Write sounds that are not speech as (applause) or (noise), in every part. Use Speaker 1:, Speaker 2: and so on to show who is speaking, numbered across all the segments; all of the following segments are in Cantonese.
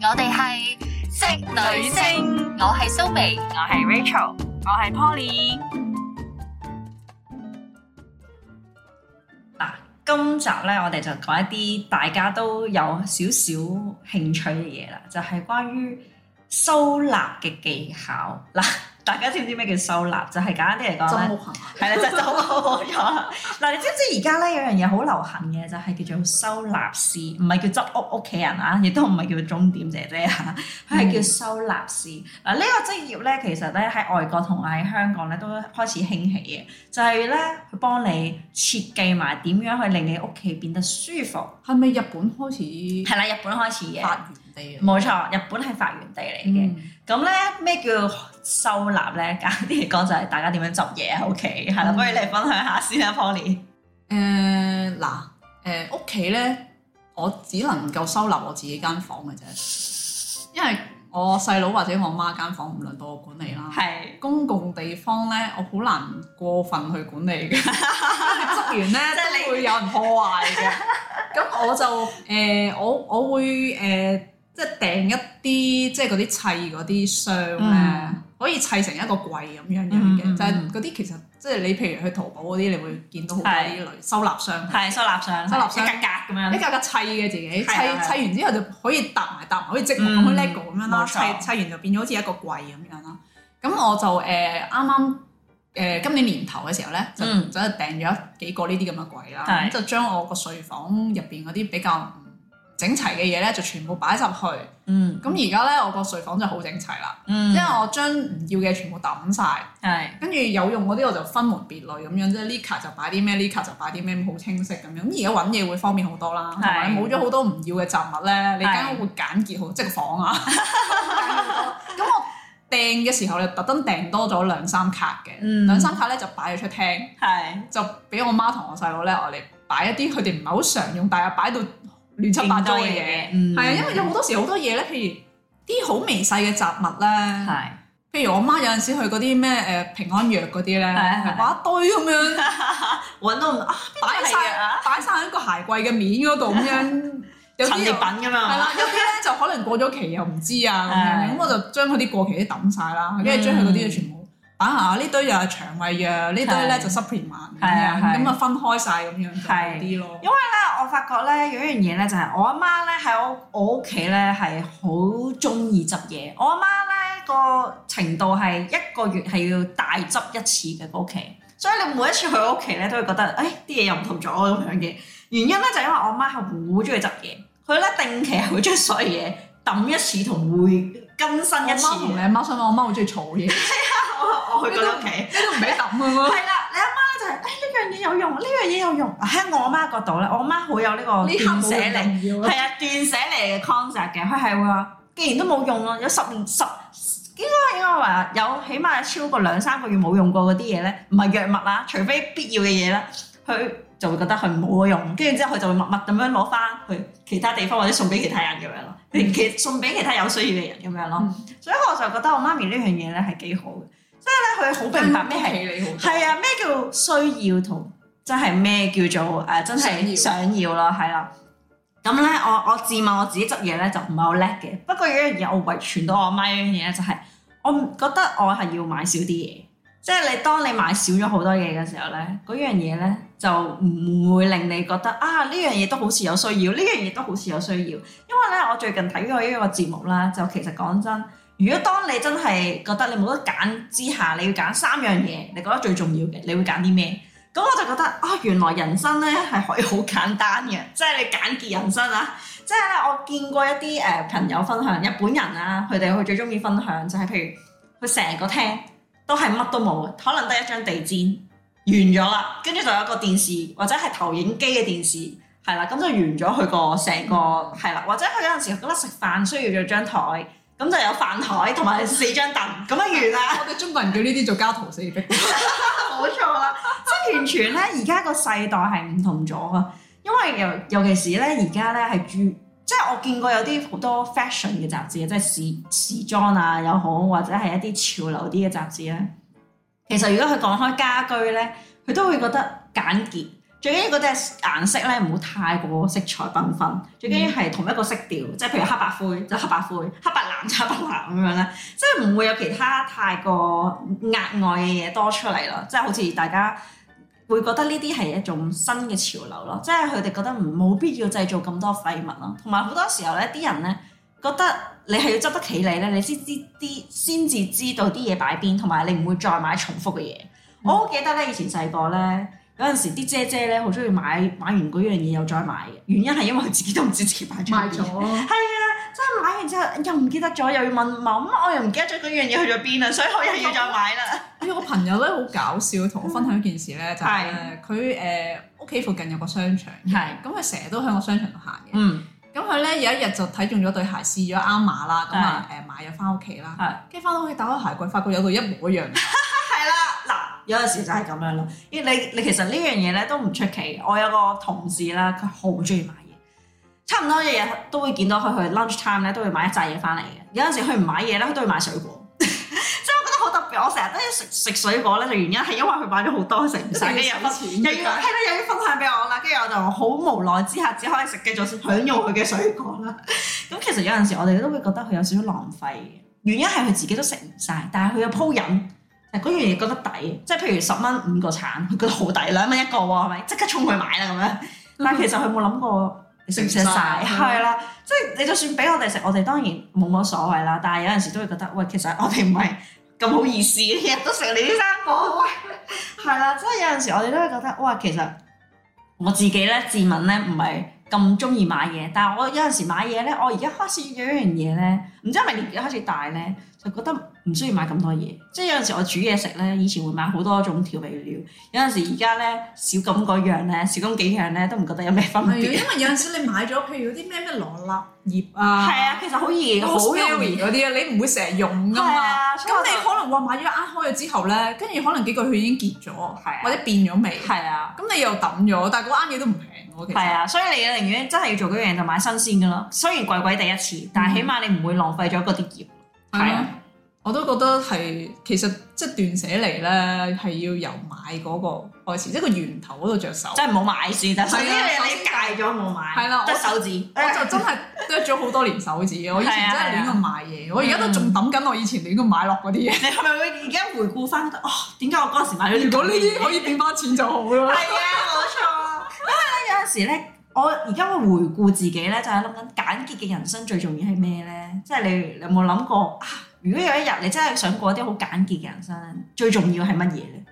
Speaker 1: 我哋係職
Speaker 2: 女聲
Speaker 1: 我係蘇眉，
Speaker 2: 我係 Rachel，我係 Poly。嗱，今集咧我哋就講一啲大家都有少少興趣嘅嘢啦，就係、關於收納嘅技巧。嗱，大家知唔知咩叫收納？就係、簡單啲嚟講咧。係啦，就就冇咗啦。嗱，你知唔知而家咧有樣嘢好流行嘅，就係叫做收納師，唔係叫執屋屋企人啊，亦都唔係叫鐘點姐姐啊，佢係叫收納師。嗱，呢個職業咧，其實咧喺外國同埋喺香港咧都開始興起嘅，就係咧佢幫你設計埋點樣去令你屋企變得舒服。
Speaker 3: 係咪日本開始
Speaker 2: 係啦，日本開始嘅，嗯
Speaker 3: 發源地啊？
Speaker 2: 冇錯，日本係發源地嚟嘅。咁咧咩叫收納咧？簡單啲嚟講就係大家點樣執嘢喺屋企，係啦。
Speaker 3: 嗯
Speaker 2: 不如你分享下先啊啦，Poly。
Speaker 3: 誒嗱誒屋企咧，我只能夠收納我自己間房嘅啫，因為我細佬或者我媽間房唔輪到我管理啦。
Speaker 2: 係。
Speaker 3: 公共地方咧，我好難過分去管理
Speaker 2: (laughs)
Speaker 3: 嘅，執完咧
Speaker 2: 即係你
Speaker 3: 都會有人破壞嘅。咁我就誒、呃我我會誒、呃即係訂一啲即係嗰啲砌嗰啲箱咧，
Speaker 2: 嗯
Speaker 3: 可以砌成一個櫃咁樣樣嘅，
Speaker 2: 嗯嗯嗯
Speaker 3: 就係嗰啲其實即係你譬如去淘寶嗰啲，你會見到好多呢啲類收納箱。
Speaker 2: 係收納箱，
Speaker 3: 收納箱
Speaker 2: 一格格咁
Speaker 3: 一
Speaker 2: 樣，
Speaker 3: 格格砌嘅自己，砌砌
Speaker 2: 係啊係啊
Speaker 3: 完之後就可以搭埋搭埋，好似積木
Speaker 2: 嗯
Speaker 3: 咁、lego 咁樣啦。
Speaker 2: 冇
Speaker 3: 砌
Speaker 2: 錯
Speaker 3: 砌完就變咗好似一個櫃咁樣啦。咁我就呃誒啱啱誒今年年頭嘅時候咧，就
Speaker 2: 嗯
Speaker 3: 就訂咗幾個呢啲咁嘅櫃啦。
Speaker 2: 係
Speaker 3: 咁就將我個睡房入邊嗰啲比較唔整齊嘅嘢咧，就全部擺晒入去。
Speaker 2: 嗯
Speaker 3: 咁而家咧，我個睡房就好整齊啦，
Speaker 2: 嗯
Speaker 3: 因為我將唔要嘅全部抌晒。
Speaker 2: 係
Speaker 3: 跟住有用嗰啲我就分門別類咁樣，即係呢卡就擺啲咩，呢卡就擺啲咩，好清晰咁樣。咁而家揾嘢會方便好多啦，同埋
Speaker 2: 係
Speaker 3: 冇咗好多唔要嘅雜物咧，你間屋會簡潔好，即係個房啊。咁我訂嘅時候咧，特登訂多咗兩三卡嘅，
Speaker 2: 嗯
Speaker 3: 兩三卡咧就擺咗出廳，
Speaker 2: 係
Speaker 3: 就俾我媽同我細佬咧，我哋擺一啲佢哋唔係好常用，但係擺到亂七八糟嘅嘢。
Speaker 2: 嗯
Speaker 3: 係啊，因為有好多時好多嘢咧，譬如啲好微細嘅雜物咧。
Speaker 2: 係
Speaker 3: 譬如我媽有陣時去嗰啲咩誒平安藥嗰啲咧，
Speaker 2: 係係
Speaker 3: 擺一堆咁
Speaker 2: (laughs)
Speaker 3: 樣
Speaker 2: 揾到唔啊，
Speaker 3: 擺
Speaker 2: 邊個係
Speaker 3: 晒
Speaker 2: 啊
Speaker 3: 擺晒喺個鞋櫃嘅面嗰度咁
Speaker 2: (laughs)
Speaker 3: 樣，有
Speaker 2: 陳
Speaker 3: 啲
Speaker 2: 列
Speaker 3: 又
Speaker 2: 品咁樣
Speaker 3: 係
Speaker 2: 啊，
Speaker 3: 啦，有啲咧就可能過咗期又唔知啊咁
Speaker 2: 係嗯
Speaker 3: 樣，咁我就將佢啲過期啲抌晒啦，跟住將佢嗰啲嘢全部擺下，呢堆又係腸胃藥，呢堆
Speaker 2: 係
Speaker 3: 咧就 supplement 咁
Speaker 2: 係啊
Speaker 3: 樣，
Speaker 2: 係
Speaker 3: 咁啊分開晒咁樣就好
Speaker 2: 係
Speaker 3: 啲咯。
Speaker 2: 因為咧，我發覺咧有一樣嘢咧，就係我阿媽咧喺我我屋企咧係好中意執嘢。我阿媽咧個程度係一個月係要大執一次嘅個屋企，所以你每一次去我屋企咧都會覺得，誒啲嘢又唔同咗咁樣嘅。原因咧就係因為我阿媽係好中意執嘢，佢咧定期係會將所有嘢抌一次同會更新
Speaker 3: 我
Speaker 2: 一次
Speaker 3: 媽同你
Speaker 2: 嘅。
Speaker 3: 阿媽相反，我媽好中意儲嘢，
Speaker 2: (laughs) 我我去佢屋企。
Speaker 3: 即係都唔俾抌啊咁咯。
Speaker 2: 係啦，你阿媽咧就係誒呢樣嘢有用，呢樣嘢有用。喺我阿媽嗰度咧， (laughs) 我阿媽好有呢個
Speaker 3: 呢刻
Speaker 2: 斷
Speaker 3: 冇
Speaker 2: 捨離，
Speaker 3: 人要啊
Speaker 2: 係啊斷捨離嘅 concept 嘅，佢係會話既然都冇用啊啦，有十年十應該應該話有起碼超過兩三個月冇用過嗰啲嘢咧，唔係藥物啦，除非必要嘅嘢啦，佢就會覺得佢冇用，跟住之後佢就會默默咁樣攞翻去其他地方或者送俾其他人咁樣咯，其送俾其他有需要嘅人咁樣咯。
Speaker 3: 嗯
Speaker 2: 所以我就覺得我媽咪呢樣嘢咧係幾好嘅，即係咧佢好明白咩係。
Speaker 3: 係你好多？
Speaker 2: 係啊，咩叫需要同真係咩叫做誒、呃真係想要咯，係啦。咁咧，我我自問我自己執嘢咧就唔係好叻嘅，不過有一樣嘢我遺傳到我阿媽一樣嘢咧，就係、我唔覺得我係要買少啲嘢，即係你當你買少咗好多嘢嘅時候咧，嗰樣嘢咧就唔會令你覺得啊呢樣嘢都好似有需要，呢樣嘢都好似有需要。因為咧，我最近睇過一個節目啦，就其實講真。如果當你真係覺得你冇得揀之下，你要揀三樣嘢，你覺得最重要嘅，你會揀啲咩？咁我就覺得啊，原來人生咧係可以好簡單嘅， (laughs) 即係你簡潔人生啊！即係咧，我見過一啲誒、呃朋友分享，日本人啊，佢哋佢最中意分享就係、譬如佢成個廳都係乜都冇嘅，可能得一張地氈，完咗啦，跟住就有一個電視或者係投影機嘅電視。係啦，咁就完咗佢個成個係啦，或者佢有陣時覺得食飯需要咗張台，咁就有飯台同埋四張凳，咁啊完啦。
Speaker 3: 我哋中國人叫呢啲做家徒四壁。
Speaker 2: 冇錯啦，即係完全咧，而家個世代係唔同咗啊！因為尤尤其是咧，而家咧係注，即係我見過有啲好多 fashion 嘅雜誌，即係時時裝啊又好，或者係一啲潮流啲嘅啊雜誌咧。其實如果佢講開家居咧，佢都會覺得簡潔。最緊要嗰隻顏色咧唔好太過色彩繽紛，最緊要係同一個色調，即係譬如黑白灰就黑白灰，黑白藍就黑白藍咁樣咧，即係唔會有其他太過額外嘅嘢多出嚟啦。即係好似大家會覺得呢啲係一種新嘅潮流咯，即係佢哋覺得唔冇必要製造咁多廢物咯。同埋好多時候咧，啲人咧覺得你係要執得企理咧，你先知啲先至知道啲嘢擺邊，同埋你唔會再買重複嘅嘢。我好記得咧，以前細個咧。有陣時啲姐姐咧好中意買買完嗰樣嘢又再買嘅，原因係因為佢自己都唔知自己買咗
Speaker 3: 賣
Speaker 2: 邊
Speaker 3: 咗，
Speaker 2: 即係買完之後又唔記得咗，又要問媽，我又唔記得咗嗰樣嘢去咗邊啦，啊所以我又要再買啦。
Speaker 3: 我有個朋友咧好搞笑，同我分享一件事咧，就係呢佢誒屋企附近有個商場，
Speaker 2: 係，
Speaker 3: 咁佢成日都喺個商場度行嘅。
Speaker 2: 嗯，
Speaker 3: 咁佢咧有一日就睇中咗對鞋，試咗啱碼啦，咁啊誒買咗翻屋企
Speaker 2: 係
Speaker 3: 啦，跟住翻到屋企打開鞋櫃，發覺有對一模一樣嘅，
Speaker 2: 係啦，嗱，有陣時就係咁樣咯。因為你你其實呢樣嘢咧都唔出奇。我有個同事啦，佢好中意買嘢，差唔多日日都會見到佢去 lunch time 咧都會買一紮嘢翻嚟嘅。有陣時佢唔買嘢咧，佢都會買水果。 (laughs) 即係我覺得好特別，我成日都要食食水果咧，就原因係因為佢買咗好多食唔晒嘅嘢。
Speaker 3: 錢
Speaker 2: 又要係啦，又要分享俾我啦，跟住我就好無奈之下，只可以食繼續享用佢嘅水果啦。 (laughs) 咁其實有陣時我哋都會覺得佢有少少浪費嘅，原因係佢自己都食唔晒，但係佢有鋪癮，但係嗰樣嘢覺得抵，即係譬如十蚊五個橙，佢覺得好抵，兩蚊一個喎，係咪？即刻衝去買啦咁樣。但係其實佢冇諗過你食唔食得晒，
Speaker 3: 食唔晒
Speaker 2: 係啦，即係你就算俾我哋食，我哋當然冇乜所謂啦。但係有陣時都會覺得，喂，其實我哋唔係咁好意思，日日都食你啲生果， (laughs) 喂，係啦，即係有陣時我哋都會覺得，哇，其實我自己咧自問咧唔係咁中意買嘢，但係我有陣時買嘢咧，我而家開始有一樣嘢咧，唔知係咪年紀開始大咧，就覺得唔需要買咁多嘢。即係有陣時我煮嘢食咧，以前會買好多種調味料，有陣時而家咧少咁嗰樣咧，少咁幾樣咧，都唔覺得有咩分
Speaker 3: 係啊，因
Speaker 2: 別。
Speaker 3: 為有陣時你買咗譬如嗰啲咩咩羅勒葉啊，
Speaker 2: 係啊，其實好易，好容
Speaker 3: Rosemary
Speaker 2: 易。
Speaker 3: 嗰啲啊，你唔會成日用噶
Speaker 2: 係
Speaker 3: 嘛。
Speaker 2: 啊，
Speaker 3: 咁
Speaker 2: 所以我
Speaker 3: 你
Speaker 2: 就
Speaker 3: 可能話買咗啱開咗之後咧，跟住可能幾個月已經結咗，
Speaker 2: 係啊
Speaker 3: 或者變咗味，
Speaker 2: 係啊。
Speaker 3: 咁你又抌咗，但係嗰啱嘢都唔平喎。其
Speaker 2: 係
Speaker 3: 實
Speaker 2: 啊，所以你寧願真係要做嗰樣嘢就買新鮮嘅咯。雖然貴貴地一次，但係起碼你唔會浪費咗嗰啲葉。係
Speaker 3: 嗯係
Speaker 2: 啊
Speaker 3: 啊，我都覺得係其實即係斷捨離咧，係要由買嗰個開始，即係個源頭嗰度着手。
Speaker 2: 即係唔好買先，但係
Speaker 3: 係啊
Speaker 2: 呢樣嘢你戒咗冇買，
Speaker 3: 係啦
Speaker 2: 得手指。
Speaker 3: 我就真係剁咗好多年手指，我以前真
Speaker 2: 啊
Speaker 3: 係亂咁買嘢，我而家
Speaker 2: 嗯
Speaker 3: 都仲抌緊我以前亂咁買落嗰啲嘢。
Speaker 2: (laughs) 你係咪會而家回顧翻覺得哦？點解我嗰陣時買咗
Speaker 3: 如
Speaker 2: 啊呢
Speaker 3: 果呢啲
Speaker 2: 嘢
Speaker 3: 可以變翻錢就好啦。
Speaker 2: 係啊，冇錯。因為咧有陣時咧，我而家會回顧自己咧，就係諗緊簡潔嘅人生最重要係咩咧？即係你你有冇諗過啊？如果有一日你真係想過一啲好簡潔嘅人生，最重要係乜嘢咧？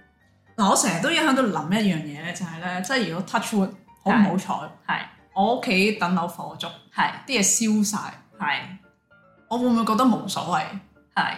Speaker 3: 嗱，我成日都一向都諗一樣嘢咧，就係咧，即係如果 touch wood 好唔好彩，
Speaker 2: 係
Speaker 3: 我屋企等樓火燭，
Speaker 2: 係
Speaker 3: 啲嘢燒晒，
Speaker 2: 係。
Speaker 3: 我會唔會覺得冇所謂？
Speaker 2: 係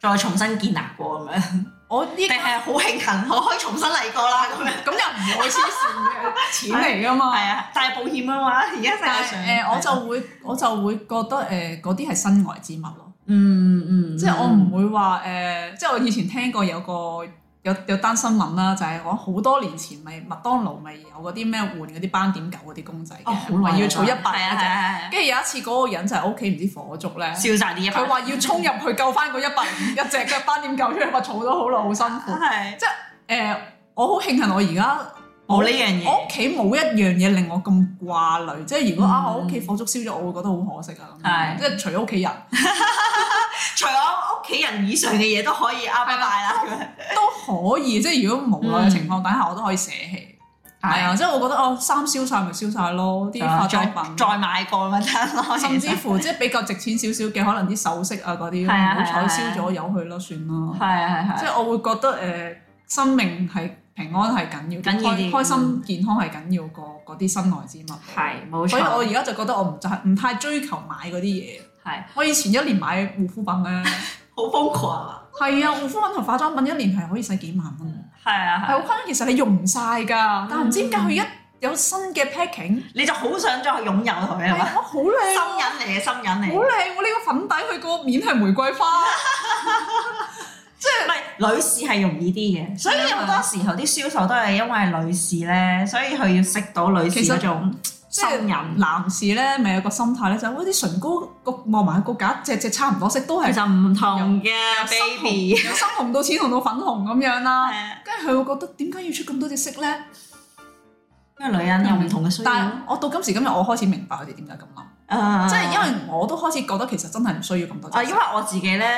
Speaker 2: 再重新建立過咁樣，
Speaker 3: 我呢
Speaker 2: (laughs) 定係好慶幸我可以重新嚟過啦咁樣。
Speaker 3: 咁又唔會黐線嘅錢嚟噶嘛？
Speaker 2: 係啊，但係保險啊嘛，而家世
Speaker 3: 但
Speaker 2: 界
Speaker 3: 係
Speaker 2: 上
Speaker 3: 誒，我就會我就會覺得誒嗰啲係身外之物咯。
Speaker 2: 嗯嗯，
Speaker 3: 即係我唔會話誒、呃即係我以前聽過有個有有單新聞啦，就係講好多年前咪麥當勞咪有嗰啲咩換嗰啲斑點狗嗰啲公仔
Speaker 2: 哦
Speaker 3: 嘅，
Speaker 2: 好
Speaker 3: 咪、
Speaker 2: 耐
Speaker 3: 要儲一
Speaker 2: 啊，
Speaker 3: 百
Speaker 2: 係
Speaker 3: 隻。
Speaker 2: 啊
Speaker 3: 跟住有一次嗰個人就係屋企唔知火燭咧，
Speaker 2: 燒晒啲一百
Speaker 3: 佢話要衝入去救翻嗰一百零一隻嘅斑點狗出嚟，話儲咗好耐，好辛苦。誒、
Speaker 2: 係
Speaker 3: 我好慶幸我而家。
Speaker 2: 冇呢樣
Speaker 3: 我
Speaker 2: 嘢
Speaker 3: 屋企冇一樣嘢令我咁掛慮，即係如果啊，
Speaker 2: 嗯
Speaker 3: 我屋企火燭燒咗，我會覺得好可惜啊。咁樣
Speaker 2: 係
Speaker 3: 即係除咗屋企人，
Speaker 2: 除我屋企人以上嘅嘢都可以啊，拜拜 (laughs) 啦咁樣。
Speaker 3: 都可以，即係如果無奈嘅情況底下，我都可以捨棄。係啊，即係我覺得哦，衫燒晒咪燒晒咯，啲化
Speaker 2: 嗯啊再
Speaker 3: 妝品，
Speaker 2: 再買過咪得咯，
Speaker 3: 甚
Speaker 2: 其實
Speaker 3: 至乎即係比較值錢少少嘅，可能啲首飾啊嗰啲，唔
Speaker 2: 係啊
Speaker 3: 好彩
Speaker 2: 係啊
Speaker 3: 燒咗由佢咯，算咯。
Speaker 2: 係啊係係
Speaker 3: 即。係我會覺得誒，生命係平安係緊要，
Speaker 2: 緊要
Speaker 3: 開
Speaker 2: 啲嗯
Speaker 3: 開心健康係緊要過嗰啲身外之物。
Speaker 2: 係冇
Speaker 3: 所以我
Speaker 2: 錯，
Speaker 3: 而家就覺得我唔就係唔太追求買嗰啲嘢。
Speaker 2: 係
Speaker 3: 我以前一年買護膚
Speaker 2: (laughs)
Speaker 3: 品咧，
Speaker 2: 好瘋狂啊！
Speaker 3: 係啊，護膚品同化妝品一年係可以使幾萬蚊。
Speaker 2: 係啊，係
Speaker 3: 係好誇張，其實你用唔晒㗎，但係唔知點解佢一有新嘅 packing，
Speaker 2: 你就好想再去擁有佢
Speaker 3: 係
Speaker 2: 係
Speaker 3: 啊
Speaker 2: 嘛？
Speaker 3: 哇好
Speaker 2: 心
Speaker 3: 靚啊，
Speaker 2: 癮嚟嘅，心癮嚟
Speaker 3: 好
Speaker 2: 嘅。
Speaker 3: 靚！我呢個粉底佢個面係玫瑰花，
Speaker 2: 唔係女士係容易啲嘅，所以好多時候啲銷售都係因為女士咧，所以佢要識到女士嗰種
Speaker 3: 即
Speaker 2: 心
Speaker 3: 係
Speaker 2: 癮。
Speaker 3: 男士咧咪有個心態咧，就係喂啲唇膏個望埋個架，隻隻差唔多色，都
Speaker 2: 其
Speaker 3: 係
Speaker 2: 實唔同嘅
Speaker 3: 深紅
Speaker 2: baby，
Speaker 3: 由深紅到淺紅到粉紅咁樣啦。
Speaker 2: 係啊
Speaker 3: 跟住佢會覺得點解要出咁多隻色咧？
Speaker 2: 因為女人有唔同嘅需要。
Speaker 3: 但係我到今時今日，我開始明白佢哋點解咁諗，
Speaker 2: 啊
Speaker 3: 即係因為我都開始覺得其實真係唔需要咁多
Speaker 2: 啊，
Speaker 3: 知識。
Speaker 2: 因為我自己咧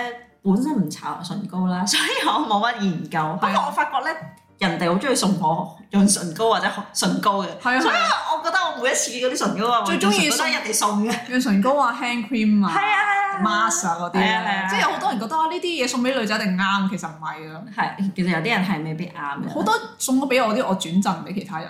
Speaker 2: 本身唔搽唇膏啦， (laughs) 所以我冇乜研究。不過我發覺咧，人哋好中意送我潤唇膏或者唇膏嘅，
Speaker 3: 係啊
Speaker 2: 所以
Speaker 3: 係
Speaker 2: 我覺得我每一次嗰啲唇膏啊，
Speaker 3: 最中意
Speaker 2: 我都係人哋送嘅。
Speaker 3: 潤唇膏啊、hand cream
Speaker 2: 係啊
Speaker 3: 啊、
Speaker 2: 係啊
Speaker 3: mask 啊嗰啲
Speaker 2: 係啊係
Speaker 3: 咧
Speaker 2: 啊，嗯
Speaker 3: 即係有好多人覺得啊呢啲嘢送俾女仔一定啱，其實唔係㗎。
Speaker 2: 係其實有啲人係未必啱嘅。
Speaker 3: 好多送咗俾我啲，我轉贈俾其他人，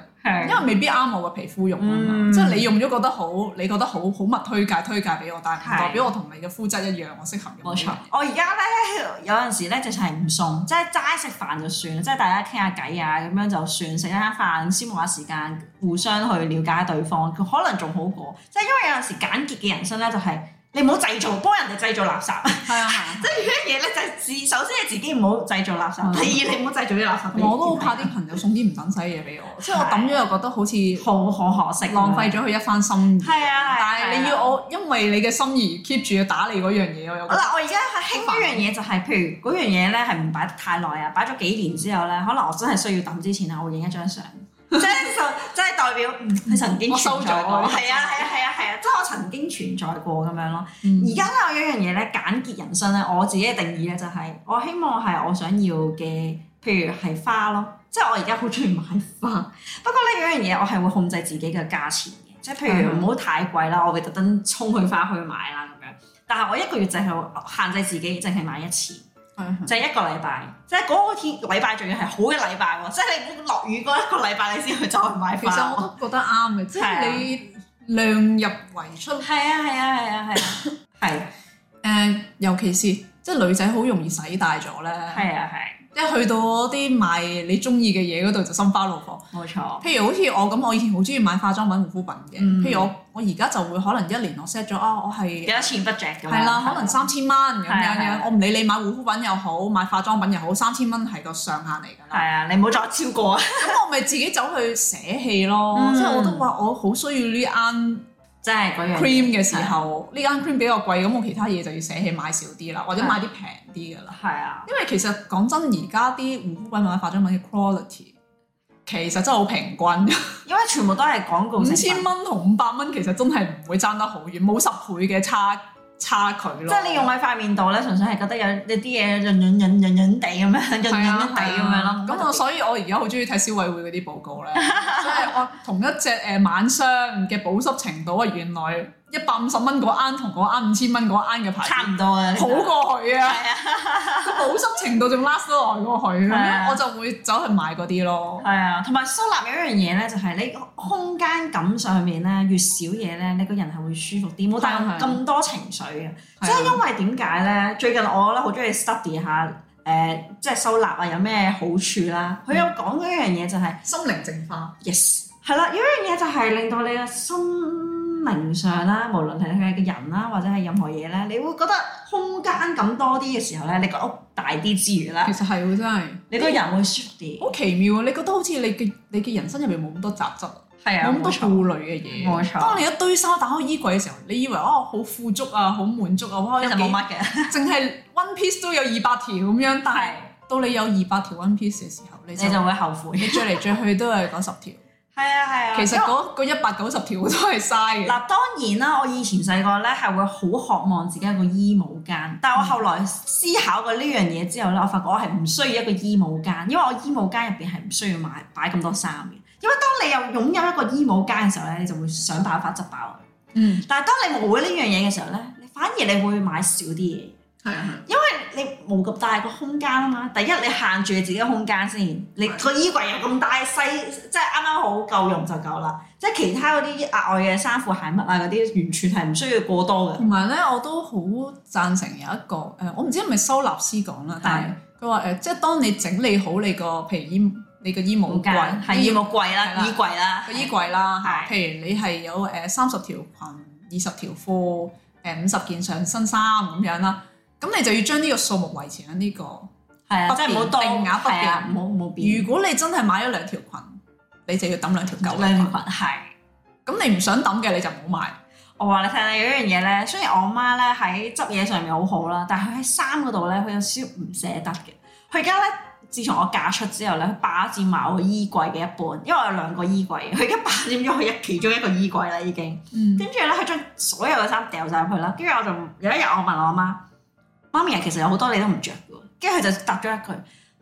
Speaker 3: 因
Speaker 2: 係
Speaker 3: 為未必啱我嘅皮膚用啊嘛。
Speaker 2: 嗯
Speaker 3: 即係你用咗覺得好，你覺得好好物推介推介俾我，但係唔
Speaker 2: 係
Speaker 3: 代表我同你嘅膚質一樣，我適合用。
Speaker 2: 冇錯，我而家咧有陣時咧就係唔送，即係齋食飯就算，即係大家傾下偈啊咁樣就算，食一餐飯消磨下時間，互相去了解對方，佢可能仲好過。即係因為有陣時簡潔嘅人生咧就係、你唔好製造，幫人哋製造垃圾。
Speaker 3: 係啊，
Speaker 2: (laughs)
Speaker 3: 係啊
Speaker 2: 即係呢樣嘢咧，就係自首先係自己唔好製造垃圾，
Speaker 3: 嗯
Speaker 2: 第二你唔好製造啲垃圾俾人。
Speaker 3: 我都好怕啲朋友送啲唔等使嘢俾我，即係我
Speaker 2: 係
Speaker 3: 抌咗又覺得好似
Speaker 2: 好可可惜，
Speaker 3: 浪費。咗佢一番心意。
Speaker 2: 係啊，
Speaker 3: 但係你要
Speaker 2: 我
Speaker 3: 我因為你嘅心意 keep 住要打你嗰樣嘢，我又覺得
Speaker 2: 嗱，我而家係興一樣嘢就係，譬如嗰樣嘢咧係唔擺得太耐啊，擺咗幾年之後咧，可能我真係需要抌之前啊，我會影一
Speaker 3: (laughs)
Speaker 2: 張相。即係就即係代表，嗯，佢曾經
Speaker 3: 我收
Speaker 2: 存在
Speaker 3: 咗
Speaker 2: 過，
Speaker 3: 我
Speaker 2: 係啊係啊係啊係啊，即係我曾經存在過咁樣咯。
Speaker 3: 嗯
Speaker 2: 而家咧，我有一樣嘢咧，簡潔人生咧，我自己嘅定義咧就係、我希望係我想要嘅，譬如係花咯，即係我而家好中意買花。 (laughs) 不過咧，有一樣嘢我係會控制自己嘅價錢嘅，即係譬如
Speaker 3: 嗯
Speaker 2: 唔好太貴啦，我會特登衝去花墟買啦咁樣。但係我一個月淨係限制自己，淨係買一次，
Speaker 3: 係啊係啊
Speaker 2: 就係一個禮拜。即係嗰個天禮拜仲要係好嘅禮拜喎，即係你唔好落雨嗰一個禮拜你先去走去買
Speaker 3: 其實
Speaker 2: 花
Speaker 3: 我
Speaker 2: 喎。
Speaker 3: 都覺得啱嘅，即
Speaker 2: 係啊
Speaker 3: 係你量入為出。
Speaker 2: 係啊係啊係啊係啊係
Speaker 3: 誒，尤其是即係女仔好容易洗大咗咧，
Speaker 2: 係啊係，
Speaker 3: 一去到嗰啲賣你中意嘅嘢嗰度就心花怒放。
Speaker 2: 冇錯。
Speaker 3: 譬如好似我咁，我以前好中意買化妝品、護膚品嘅。
Speaker 2: 嗯
Speaker 3: 譬如我我而家就會可能一年我 set 咗啊，我係
Speaker 2: 有一錢不着咁樣。
Speaker 3: 係啦，可能三千蚊咁
Speaker 2: 係啊
Speaker 3: 樣
Speaker 2: 係
Speaker 3: 樣
Speaker 2: 啊，
Speaker 3: 我唔理你買護膚品又好，買化妝品又好，三千蚊係個上限嚟㗎
Speaker 2: 係
Speaker 3: 啦。
Speaker 2: 啊，你唔好再超過啊！
Speaker 3: 咁我咪自己走去捨棄咯，
Speaker 2: 嗯
Speaker 3: 即係我都話我好需要呢
Speaker 2: 真係嗰
Speaker 3: 間
Speaker 2: 樣
Speaker 3: cream 嘅時候，呢間 cream 比較貴，咁我其他嘢就要捨棄買少啲啦，或者
Speaker 2: 係
Speaker 3: 買啲平啲㗎啦。
Speaker 2: 係啊，
Speaker 3: 因為其實講真，而家啲護膚品或者化妝品嘅 quality 其實真係好平均。
Speaker 2: 因為全部都係廣告
Speaker 3: 五
Speaker 2: 成分
Speaker 3: 千，蚊同五百蚊其實真係唔會爭得好遠，冇十倍嘅差差距咯。啊
Speaker 2: 即係你用喺塊面度咧，純粹係覺得有有啲嘢潤潤潤潤潤地咁樣，潤
Speaker 3: 係
Speaker 2: 潤
Speaker 3: 啊
Speaker 2: 潤地咁樣咯。冇乜
Speaker 3: 咁
Speaker 2: 特
Speaker 3: 我
Speaker 2: 別
Speaker 3: 所以我而家好中意睇消委會嗰啲報告咧，即係我同一隻誒晚霜嘅保濕程度啊，原來一百五十蚊嗰啱同嗰啱五千蚊嗰啱嘅牌子
Speaker 2: 差唔多啊，
Speaker 3: 好過佢啊，
Speaker 2: 係啊，
Speaker 3: 個保濕程度仲 last 得耐過佢，咁
Speaker 2: 係啊
Speaker 3: 樣我就會走去買嗰啲咯。
Speaker 2: 係啊，同埋收納有一樣嘢咧，就係你空間感上面咧，越少嘢咧，你個人係會舒服啲，冇帶
Speaker 3: 係啊
Speaker 2: 咁多情緒嘅。即
Speaker 3: 係啊
Speaker 2: 係因為點解咧？最近我咧好中意 study 下誒，即係收納啊，有咩好處啦？佢有
Speaker 3: 嗯
Speaker 2: 講嗰樣嘢就係。
Speaker 3: 心靈淨化，
Speaker 2: yes，係啦，有一樣嘢就係令到你嘅心靈上啦，無論係佢嘅人啦，或者係任何嘢咧，你會覺得空間感多啲嘅時候咧，你個屋大啲之餘啦
Speaker 3: 其，實係喎，真係
Speaker 2: 你個人會舒服啲。
Speaker 3: 好奇妙啊！你覺得好似你嘅你嘅人生入面冇咁多雜質。啊
Speaker 2: 係
Speaker 3: 冇咁多
Speaker 2: 錯。
Speaker 3: 顧慮嘅嘢。
Speaker 2: 冇錯
Speaker 3: 當你一堆衫打開衣櫃嘅時候，你以為哦好富足啊，好滿足啊，哇！
Speaker 2: 其
Speaker 3: 有
Speaker 2: 實
Speaker 3: 幾
Speaker 2: 冇，乜嘅，
Speaker 3: 淨係 One Piece 都有二百條咁樣，但係
Speaker 2: 係
Speaker 3: 到你有二百條 One Piece 嘅時候，你
Speaker 2: (laughs) 你
Speaker 3: 就
Speaker 2: 就會後悔。
Speaker 3: 你追嚟追去都係嗰十條。
Speaker 2: 係啊係啊
Speaker 3: 其
Speaker 2: 其
Speaker 3: 實
Speaker 2: 實
Speaker 3: 嗰嗰一百九十條都係嘥嘅。
Speaker 2: 嗱當然啦，我以前細個咧係會好渴望自己有個衣帽間，但係我後來思考過呢樣嘢之後咧，我發覺我係唔需要一個衣帽間，因為我衣帽間入邊係唔需要買擺咁多衫嘅。因為當你又擁有一個衣帽間嘅時候咧，你就會想辦法執爆佢。
Speaker 3: 嗯，
Speaker 2: 但係當你冇呢樣嘢嘅時候咧，你反而你會買少啲嘢，
Speaker 3: 係啊
Speaker 2: 你冇咁大個空間啊嘛。第一，你限住你自己嘅空間先，你個衣櫃又咁大細，即係啱啱好夠用就夠啦。即係其他嗰啲額外嘅衫褲鞋襪啊嗰啲，完全係唔需要過多嘅。
Speaker 3: 同埋咧，我都好贊成有一個誒、呃我唔知係咪收納師講啦，但係佢話誒，即係當你整理好你個譬如衣你個衣帽
Speaker 2: 冇
Speaker 3: 櫃
Speaker 2: 間，係衣帽櫃
Speaker 3: 嗯係
Speaker 2: 啦，
Speaker 3: 啦
Speaker 2: 衣櫃啦，
Speaker 3: 個衣櫃啦，
Speaker 2: 係
Speaker 3: 譬如你係有誒三十條裙、二十條褲、誒五十件上身衫咁樣啦，咁你就要將呢個數目維持喺呢個。
Speaker 2: 係啊，即係唔好多，
Speaker 3: 定額不變
Speaker 2: 係啊，唔好唔好變。
Speaker 3: 如果你真係買咗兩條裙，你就要抌兩條舊
Speaker 2: 兩
Speaker 3: 嘅
Speaker 2: 條裙
Speaker 3: 裙。
Speaker 2: 係。
Speaker 3: 咁你唔想抌嘅你就唔好買。
Speaker 2: 我話你聽啦，有一樣嘢咧，雖然我媽咧喺執嘢上面好好啦，但係佢喺衫嗰度咧，佢有少少唔捨得嘅。佢而家咧自從我嫁出之後咧，佢霸佔埋我衣櫃嘅一半，因為我有兩個衣櫃，佢而家霸佔咗我一其中一個衣櫃啦已經。
Speaker 3: 嗯
Speaker 2: 跟住咧，佢將所有嘅衫掉晒入去啦。跟住我就有一日我問我媽：媽咪啊，其實有好多你都唔着嘅喎。跟住佢就答咗一句：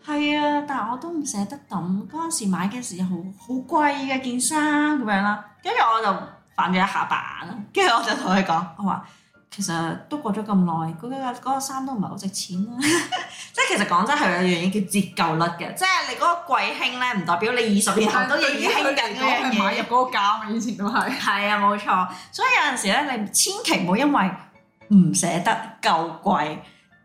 Speaker 2: 係啊，但係我都唔捨得抌。嗰陣時買嘅時候好貴嘅件衫咁樣啦。跟住我就反咗一下白眼啦。跟住我就同佢講：我話其實都過咗咁耐，嗰、個嗰個衫都唔係好值錢啦。 (laughs) 即係其實講真係有樣嘢叫折舊率嘅，即係你嗰個貴興咧，唔代表你二十年後都仍然興緊嗰樣
Speaker 3: 係
Speaker 2: 嘢。
Speaker 3: 買入嗰個價嘛，以前都係。
Speaker 2: 係啊，冇錯。所以有陣時咧，你千祈唔好因為唔捨得夠貴，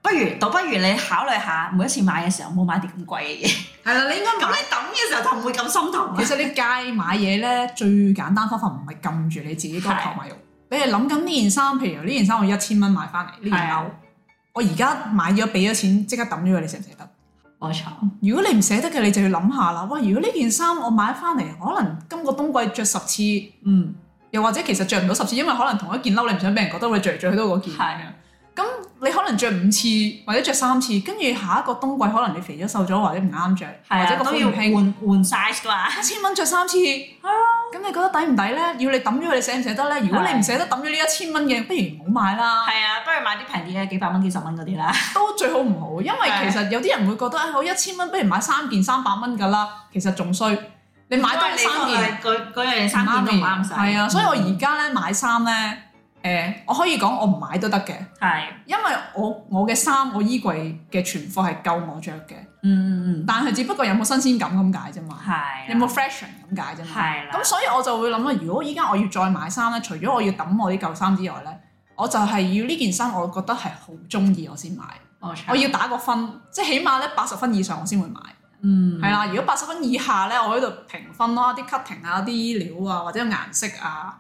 Speaker 2: 不如倒不如你考慮下，每一次買嘅時候冇買啲咁貴嘅嘢。
Speaker 3: 係啦，你應該
Speaker 2: 咁你抌嘅時候就唔會咁心痛啊
Speaker 3: 其
Speaker 2: 啦。
Speaker 3: 實你戒買嘢咧，最簡單方法唔係撳住你自己嗰個購買欲，你係諗緊呢件衫，譬如呢件衫我一千蚊買翻嚟，呢件
Speaker 2: 係啊
Speaker 3: 褸，我而家買咗俾咗錢，即刻抌咗佢，你捨唔捨得？
Speaker 2: 冇錯，
Speaker 3: 如果你唔捨得嘅，你就要諗下啦。哇！如果呢件衫我買翻嚟，可能今個冬季着十次，
Speaker 2: 嗯，
Speaker 3: 又或者其實着唔到十次，因為可能同一件褸你唔想俾人覺得你着嚟着去都嗰件。
Speaker 2: 係啊
Speaker 3: 咁你可能着五次或者着三次，跟住下一個冬季可能你肥咗瘦咗或者唔啱着，
Speaker 2: 係
Speaker 3: 或者
Speaker 2: 啊，
Speaker 3: 個
Speaker 2: 都
Speaker 3: 款
Speaker 2: 要
Speaker 3: 唔
Speaker 2: 換
Speaker 3: 興，
Speaker 2: 換 size 噶嘛。
Speaker 3: 一千蚊着三次，係啊，咁你覺得抵唔抵咧？要你抌咗佢，你捨唔捨得咧？如果你唔捨得抌咗呢一千蚊嘅，不如唔好買啦。
Speaker 2: 係啊，不如買啲平啲嘅，幾百蚊、幾十蚊嗰啲啦。
Speaker 3: 都最好唔好，因為
Speaker 2: 係
Speaker 3: 其實有啲人會覺得，啊、我一千蚊不如買三件三百蚊㗎啦，其實仲衰，你買多三
Speaker 2: 因為
Speaker 3: 件
Speaker 2: 你嗰個嗰嗰樣三件都唔啱嗯晒。
Speaker 3: 係啊，所以我而家咧買衫咧，誒、我可以講我唔買都得嘅，
Speaker 2: 係，
Speaker 3: 因為我我嘅衫我衣櫃嘅存貨係夠我着嘅，
Speaker 2: 嗯嗯嗯，
Speaker 3: 但係只不過有冇新鮮感咁解啫嘛，
Speaker 2: 係。啊
Speaker 3: 有冇 fashion 咁解啫嘛。
Speaker 2: 係啦？
Speaker 3: 咁所以我就會諗啦，如果依家我要再買衫咧，除咗我要抌我啲舊衫之外咧，我就係要呢件衫，我覺得係好中意我先買，
Speaker 2: 冇錯
Speaker 3: 我要打個分，即係起碼咧八十分以上我先會買，
Speaker 2: 嗯
Speaker 3: 係啦、如果八十分以下咧，我喺度評分咯，啲 cutting 啊，啲料啊，或者顏色啊，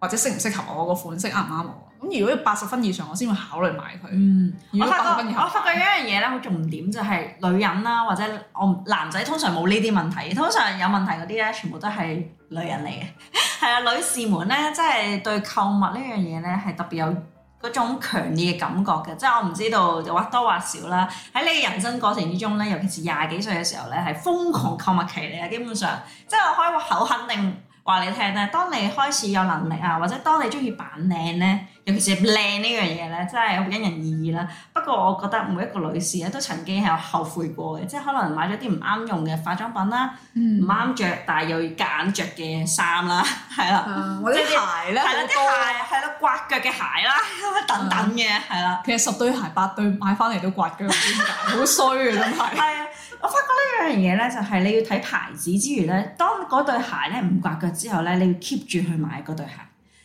Speaker 3: 或者適唔適合我個款式啱唔啱我。咁如果要八十分以上，我先會考慮買佢。
Speaker 2: 嗯。
Speaker 3: 如
Speaker 2: 我
Speaker 3: 果
Speaker 2: 發
Speaker 3: 八十分以
Speaker 2: 覺我
Speaker 3: 下，
Speaker 2: 發覺有一樣嘢咧，好重點就係女人啦，或者我唔男仔通常冇呢啲問題，通常有問題嗰啲咧，全部都係女人嚟嘅。 (laughs) 係啊，女士們咧，即係對購物呢樣嘢咧，係特別有嗰種強烈嘅感覺嘅。即係我唔知道或多或少啦，喺你嘅人生過程之中咧，尤其是廿幾歲嘅時候咧，係瘋狂購物期嚟嘅。基本上，即係我開個口肯定話你聽咧，當你開始有能力啊，或者當你中意扮靚咧，尤其是靚呢樣嘢咧，真係好因人而異啦。不過我覺得每一個女士咧都曾經係有後悔過嘅，即係可能買咗啲唔啱用嘅化妝品啦，唔
Speaker 3: 嗯，
Speaker 2: 啱着，但係又要夾硬着嘅衫啦， (laughs) 係啦，
Speaker 3: 我啲
Speaker 2: 即係
Speaker 3: 啊鞋咧
Speaker 2: 係
Speaker 3: 好
Speaker 2: 啦，啲
Speaker 3: 多，
Speaker 2: 鞋係啦，刮腳嘅鞋啦， (laughs) 等等嘅係啦，
Speaker 3: 其實十對鞋八對買翻嚟都刮腳，唔知點解好衰啊真係。
Speaker 2: 係啊，我發覺呢樣嘢咧就係你要睇牌子之餘咧，當嗰對鞋咧唔刮腳之後咧，你要 keep 住去買嗰對鞋。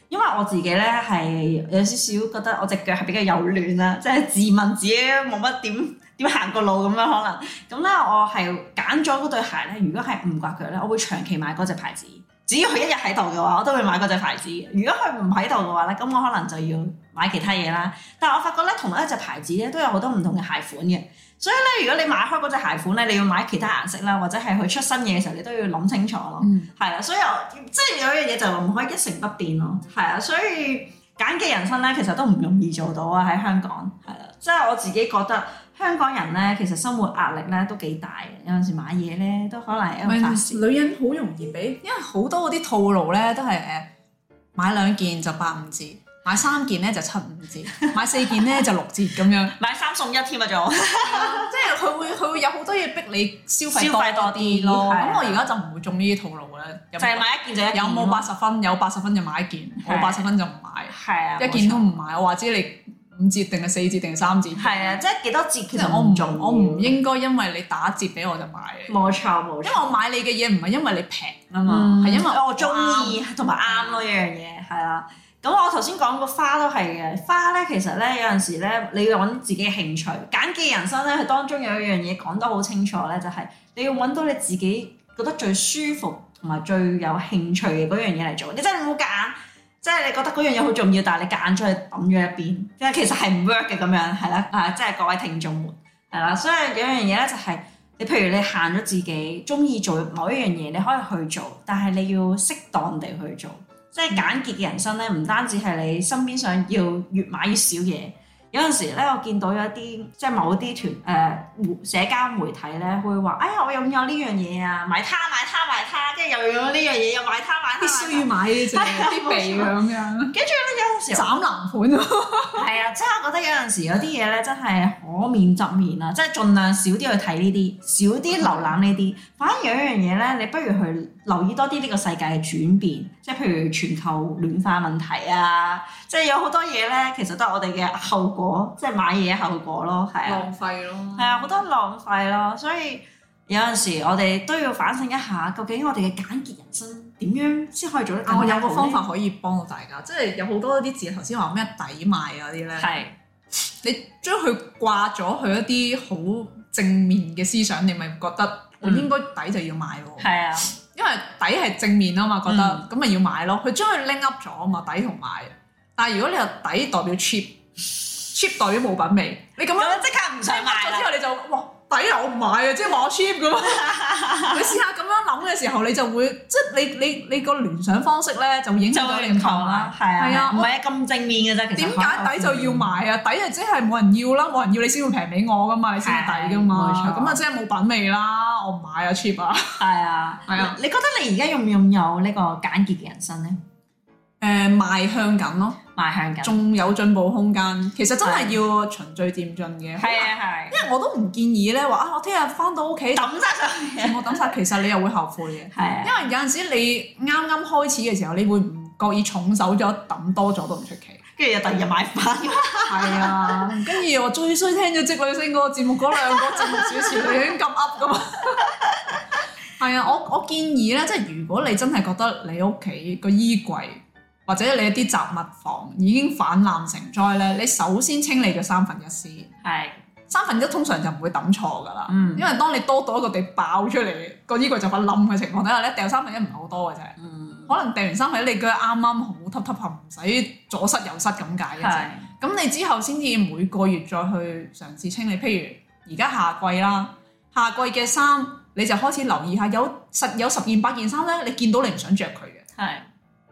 Speaker 2: 因為我自己咧係有少少覺得我隻腳係比較幼嫩啦，即係自問自己冇乜點點行過路咁樣可能。咁咧我係揀咗嗰對鞋咧，如果係唔刮腳咧，我會長期買嗰隻牌子。只要佢一日喺度嘅話，我都會買嗰隻牌子。如果佢唔喺度嘅話咧，咁我可能就要買其他嘢啦。但係我發覺咧，同一隻牌子咧都有好多唔同嘅鞋款嘅。所以咧，如果你買開嗰隻鞋款咧，你要買其他顏色啦，或者係佢出新嘢嘅時候，你都要諗清楚咯。
Speaker 3: 嗯
Speaker 2: 係啊啦，所以我即係有一樣嘢就唔可以一成不變咯。係啊，所以簡嘅人生咧，其實都唔容易做到啊！喺香港係啦，即係我自己覺得香港人咧，其實生活壓力咧都幾大嘅。有陣時買嘢咧都可能係一個發泄。
Speaker 3: 女人好容易俾，因為好多嗰啲套路咧都係誒買兩件就八五折，買三件咧就七五折，買四件咧就六折
Speaker 2: (laughs)
Speaker 3: 咁樣， (laughs)
Speaker 2: 買三送一添啊，仲
Speaker 3: 即係佢會佢會有好多嘢逼你消費
Speaker 2: 消費多
Speaker 3: 啲
Speaker 2: 啲
Speaker 3: 咯。
Speaker 2: 係啊
Speaker 3: 咁我而家就唔會中呢啲套路啦。有
Speaker 2: 就係買一件就一件
Speaker 3: 有
Speaker 2: 咯。
Speaker 3: 冇八十分？有八十分就買一件，
Speaker 2: 係
Speaker 3: 冇八十分就唔買，
Speaker 2: 係啊，
Speaker 3: 一件都唔買。我話知你五折定係四折定係三折。
Speaker 2: 冇錯係啊，即係幾多折
Speaker 3: 即
Speaker 2: 其
Speaker 3: 係
Speaker 2: 實
Speaker 3: 我唔
Speaker 2: 重要
Speaker 3: 我唔應該因為你打折俾我就買你，
Speaker 2: 冇錯冇
Speaker 3: 因
Speaker 2: 錯
Speaker 3: 為。我買你嘅嘢唔係因為你平啊嘛
Speaker 2: 嗯，
Speaker 3: 係因為
Speaker 2: 我中
Speaker 3: 啱
Speaker 2: 意同埋啱咯呢樣嘢，係啦。咁我頭先講個花都係嘅，花咧其實咧有陣時咧你要揾自己嘅興趣，簡記人生咧佢當中有一樣嘢講得好清楚咧，就係、你要揾到你自己覺得最舒服同埋最有興趣嘅嗰樣嘢嚟做，你真係唔好夾硬。即係你覺得嗰樣嘢好重要，但係你夾硬將佢抌咗一邊，即係其實係唔 work 嘅咁樣，係啦，啊，即係各位聽眾們，係啦，所以有樣嘢咧就係、你譬如你限咗自己中意做某一樣嘢，你可以去做，但係你要適當地去做。即係簡潔嘅人生咧，唔單止係你身邊想要越買越少嘢，有陣時咧，我見到有一啲即係某啲團誒媒社交媒體咧，會話：哎呀，我擁有呢樣嘢啊，買它買它買它，跟住又擁有呢樣嘢，又買它買它。
Speaker 3: 必須要買呢只
Speaker 2: 係啊
Speaker 3: 啲鼻咁樣，
Speaker 2: 跟住咧，有陣時
Speaker 3: 斬男盤咯。
Speaker 2: 係啊，即係我覺得有陣時有啲嘢咧，真係可免則免啊！即係盡量少啲去睇呢啲，少啲瀏覽呢啲。反而有一樣嘢咧，你不如去留意多啲呢個世界嘅轉變，即係譬如全球暖化問題啊，即係有好多嘢咧，其實都係我哋嘅後果，即係買嘢後果咯，係啊，
Speaker 3: 費咯，
Speaker 2: 係啊，好多浪費咯，所以。有陣時我哋都要反省一下，究竟我哋嘅簡潔人生點樣先可以做得更
Speaker 3: 啊！我
Speaker 2: 加
Speaker 3: 有個
Speaker 2: 好
Speaker 3: 方
Speaker 2: 呢
Speaker 3: 法可以幫到大家，即係有好多啲字頭先話咩抵買啊啲咧，
Speaker 2: 係
Speaker 3: 你將佢掛咗佢一啲好正面嘅思想，你咪覺得我應該抵就要買咯，
Speaker 2: 係嗯啊，
Speaker 3: 因為抵係正面啊嘛，覺得咁咪要買咯。佢將佢拎 up 咗啊嘛，抵同買。但係如果你話抵代表 cheap，cheap 代表冇品味，你咁
Speaker 2: 咁
Speaker 3: 樣
Speaker 2: 樣即刻唔想買
Speaker 3: 咗
Speaker 2: 啦
Speaker 3: 之。後你就哇抵啊！我唔買啊，即係話我 cheap 咁。
Speaker 2: (laughs)
Speaker 3: 啊你試下咁樣諗嘅時候，你就會即係你你你個聯想方式咧，就會影響
Speaker 2: 就
Speaker 3: 到
Speaker 2: 會
Speaker 3: 你
Speaker 2: 唔
Speaker 3: 購
Speaker 2: 同
Speaker 3: 買
Speaker 2: 啦。，啊係啊，
Speaker 3: 係啊
Speaker 2: 唔係咁正面嘅啫。其實
Speaker 3: 點解抵就要買啊？抵係即係冇人要啦，冇人要你先會平俾我噶嘛，你先會抵噶嘛。
Speaker 2: 係冇錯
Speaker 3: 咁啊，即係冇品味啦，我唔買啊 cheap 啊。
Speaker 2: 係啊？
Speaker 3: 係啊
Speaker 2: 你覺得你而家擁唔擁有呢個簡潔嘅人生咧？
Speaker 3: 誒邁向緊咯。
Speaker 2: 邁向緊。
Speaker 3: 仲有進步空間。其實真係要循序漸進嘅，
Speaker 2: 係啊
Speaker 3: 因為我都唔建議咧話啊，我聽日翻到屋企
Speaker 2: 係。抌晒上去。
Speaker 3: 我抌晒，其實你又會後悔嘅。
Speaker 2: 係啊。
Speaker 3: 因為有陣時你啱啱開始嘅時候，你會唔覺意重手咗抌多咗都唔出奇。
Speaker 2: 跟住又第二日買翻。
Speaker 3: 係啊，跟住我最衰聽咗《職女星》嗰個節目嗰兩個節目主持，你已經咁 up 噶嘛。係啊，我我建議咧，即係如果你真係覺得你屋企個衣櫃或者你一啲雜物房已經泛濫成災咧，你首先清理咗三分一先。
Speaker 2: 係。啊
Speaker 3: 三分一通常就唔會抌錯噶啦，
Speaker 2: 嗯
Speaker 3: 因為當你多到一個地爆出嚟，個衣櫃就快冧嘅情況底下咧，掉三分一唔係好多嘅啫。
Speaker 2: 嗯。
Speaker 3: 可能掉完三分一，你腳啱啱好揼揼下，唔使左塞右塞咁解嘅啫。
Speaker 2: 係。
Speaker 3: 咁你之後先至每個月再去嘗試清理，譬如而家夏季啦，夏季嘅衫你就開始留意下，有實有十件八件衫咧，你見到你唔想着佢嘅，
Speaker 2: 係。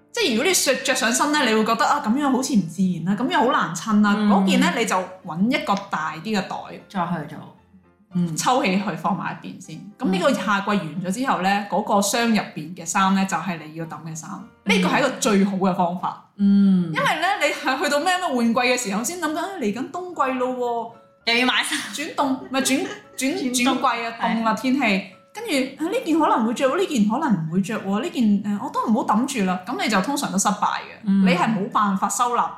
Speaker 3: 即係如果你着着上身咧，你會覺得啊咁樣好似唔自然啦，咁樣好難襯啦。
Speaker 2: 嗯
Speaker 3: 嗰、件咧你就揾一個大啲嘅袋。
Speaker 2: 再去做。嗯。
Speaker 3: 抽起佢放埋一邊先。咁呢個夏季完咗之後呢，嗰、個箱入邊嘅衫呢，就係你要抌嘅衫。呢個係一個最好嘅方法，
Speaker 2: 嗯
Speaker 3: 嗯因。為呢，你係去到咩咩換季嘅時候先諗緊啊嚟緊冬季咯
Speaker 2: 又要買衫。
Speaker 3: 喎，轉凍咪轉轉轉
Speaker 2: 轉
Speaker 3: 季啊，凍啦天氣。跟住啊呢件可能會着，呢件可能唔會着喎，呢件誒、我都唔好抌住啦。咁你就通常都失敗嘅，
Speaker 2: 嗯
Speaker 3: 你係冇辦法收納，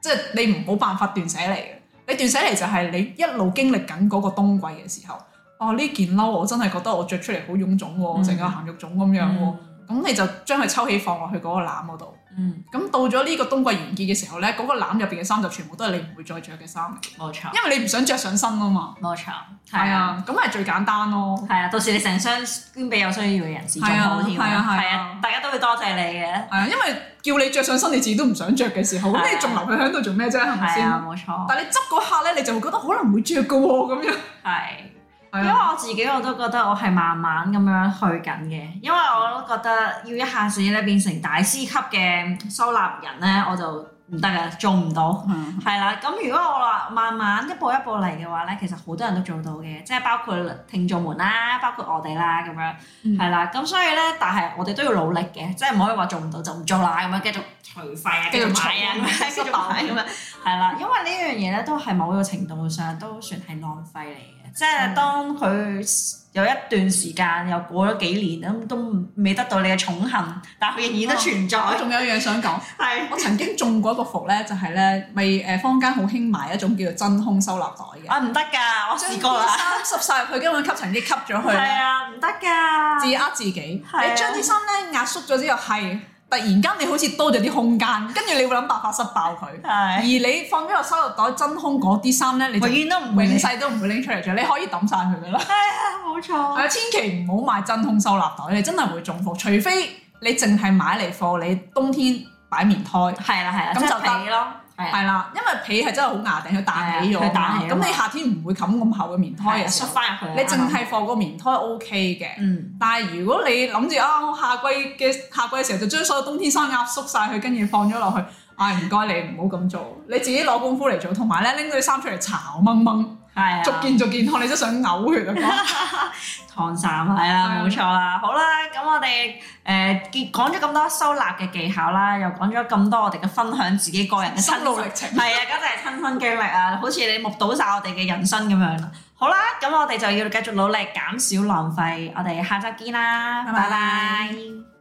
Speaker 3: 即係你唔冇辦法斷捨離嘅。你斷捨離就係你一路經歷緊嗰個冬季嘅時候，哦呢件褸我真係覺得我着出嚟好臃腫
Speaker 2: 嗯
Speaker 3: 喎，成個鹹肉粽咁樣喎。咁、你就將佢抽起放落去嗰個籃嗰度。
Speaker 2: 嗯。
Speaker 3: 咁到咗呢個冬季完結嘅時候呢，嗰、個籃入邊嘅衫就全部都係你唔會再着嘅衫嚟嘅，
Speaker 2: 冇錯。
Speaker 3: 因為你唔想着上身啊嘛。
Speaker 2: 冇錯。
Speaker 3: 係。啊，咁係最簡單咯。
Speaker 2: 係啊，到時你成箱捐俾有需要嘅人士仲好添，
Speaker 3: 係啊係啊係啊
Speaker 2: 大家都會多謝你嘅，
Speaker 3: 係啊，因為叫你着上身你自己都唔想着嘅時候，
Speaker 2: 係啊
Speaker 3: 咁你仲留佢喺度做咩啫？係咪
Speaker 2: 係
Speaker 3: 先？
Speaker 2: 啊，冇錯，
Speaker 3: 但係你執嗰刻咧，你就會覺得可能會着嘅喎，
Speaker 2: (laughs)
Speaker 3: 咁樣。
Speaker 2: 係。因
Speaker 3: 係
Speaker 2: 為
Speaker 3: 啊，
Speaker 2: 我自己我都覺得我係慢慢咁樣去緊嘅，因為我都覺得要一下子咧變成大師級嘅收納人咧，我就唔得嘅，做唔到。係啦，咁如果我話慢慢一步一步嚟嘅話咧，其實好多人都做到嘅，即係包括聽眾們啦，包括我哋啦咁樣，
Speaker 3: 嗯
Speaker 2: 係啦、咁所以咧，但係我哋都要努力嘅，即係唔可以話做唔到就唔做啦，咁樣繼續除費啊，繼
Speaker 3: 繼續
Speaker 2: 續買啊，咁樣繼
Speaker 3: 儲
Speaker 2: 續買咁樣，係啦，因為呢樣嘢咧都係某個程度上都算係浪費嚟嘅，即係
Speaker 3: 嗯
Speaker 2: 當佢有一段時間又過咗幾年咁都未得到你嘅寵幸，但係佢仍然都存在，
Speaker 3: 我仲有一樣想講，
Speaker 2: 係
Speaker 3: 我曾經中過一個服咧，就係咧，咪誒坊間好興買一種叫做真空收納袋嘅，
Speaker 2: 啊唔得㗎，我試過啦。
Speaker 3: 將啲衫濕晒入去，根本吸塵機吸咗佢
Speaker 2: 係
Speaker 3: 咧，
Speaker 2: 啊，唔得噶。
Speaker 3: 自呃自己。
Speaker 2: 係啊
Speaker 3: 你將啲衫咧壓縮咗之後，係突然間你好似多咗啲空間，跟住你會諗辦法塞爆佢。而
Speaker 2: 係
Speaker 3: 你放咗落收入袋真空嗰啲衫咧，你就
Speaker 2: 永遠都唔
Speaker 3: 永
Speaker 2: 會
Speaker 3: 世都唔會拎出嚟着，你可以抌晒佢噶啦。
Speaker 2: 冇錯。
Speaker 3: 啊，千祈唔好買真空收納袋，你真係會中伏。除非你淨係買嚟貨，你冬天擺棉胎，
Speaker 2: 係啦係啦，
Speaker 3: 咁
Speaker 2: 即係
Speaker 3: 就得
Speaker 2: 皮咯。係啊
Speaker 3: 係啦，因為被係真係好牙定，佢彈起咗啊
Speaker 2: 係啊佢
Speaker 3: 嘛。
Speaker 2: 彈起啊嘛
Speaker 3: 咁你夏天唔會冚咁厚嘅棉胎
Speaker 2: 係啊，
Speaker 3: 嘅時
Speaker 2: 縮
Speaker 3: 候，
Speaker 2: 翻入去啊。
Speaker 3: 你淨
Speaker 2: 啱啱
Speaker 3: 係放個棉胎 OK 嘅。
Speaker 2: 嗯
Speaker 3: 但係如果你諗住啊，我夏季嘅夏季嘅時候就將所有冬天衫壓縮晒佢，跟住放咗落去，唉，唔該你唔好咁做，你自己攞功夫嚟做，同埋咧拎到啲衫出嚟巢掹掹，
Speaker 2: 係啊，
Speaker 3: 逐件逐件看，你都想嘔血啊！
Speaker 2: 燙衫係啦，
Speaker 3: 係
Speaker 2: 冇錯啦。好啦，咁我哋誒結講咗咁多收納嘅技巧啦，又講咗咁多我哋嘅分享自己個人嘅
Speaker 3: 心路
Speaker 2: 親
Speaker 3: 歷程，
Speaker 2: 係啊，嗰就係親身經歷啊，好似你目睹晒我哋嘅人生咁樣啦。好啦，咁我哋就要繼續努力減少浪費，我哋下集見啦，
Speaker 3: 拜
Speaker 2: 拜
Speaker 3: 拜
Speaker 2: 拜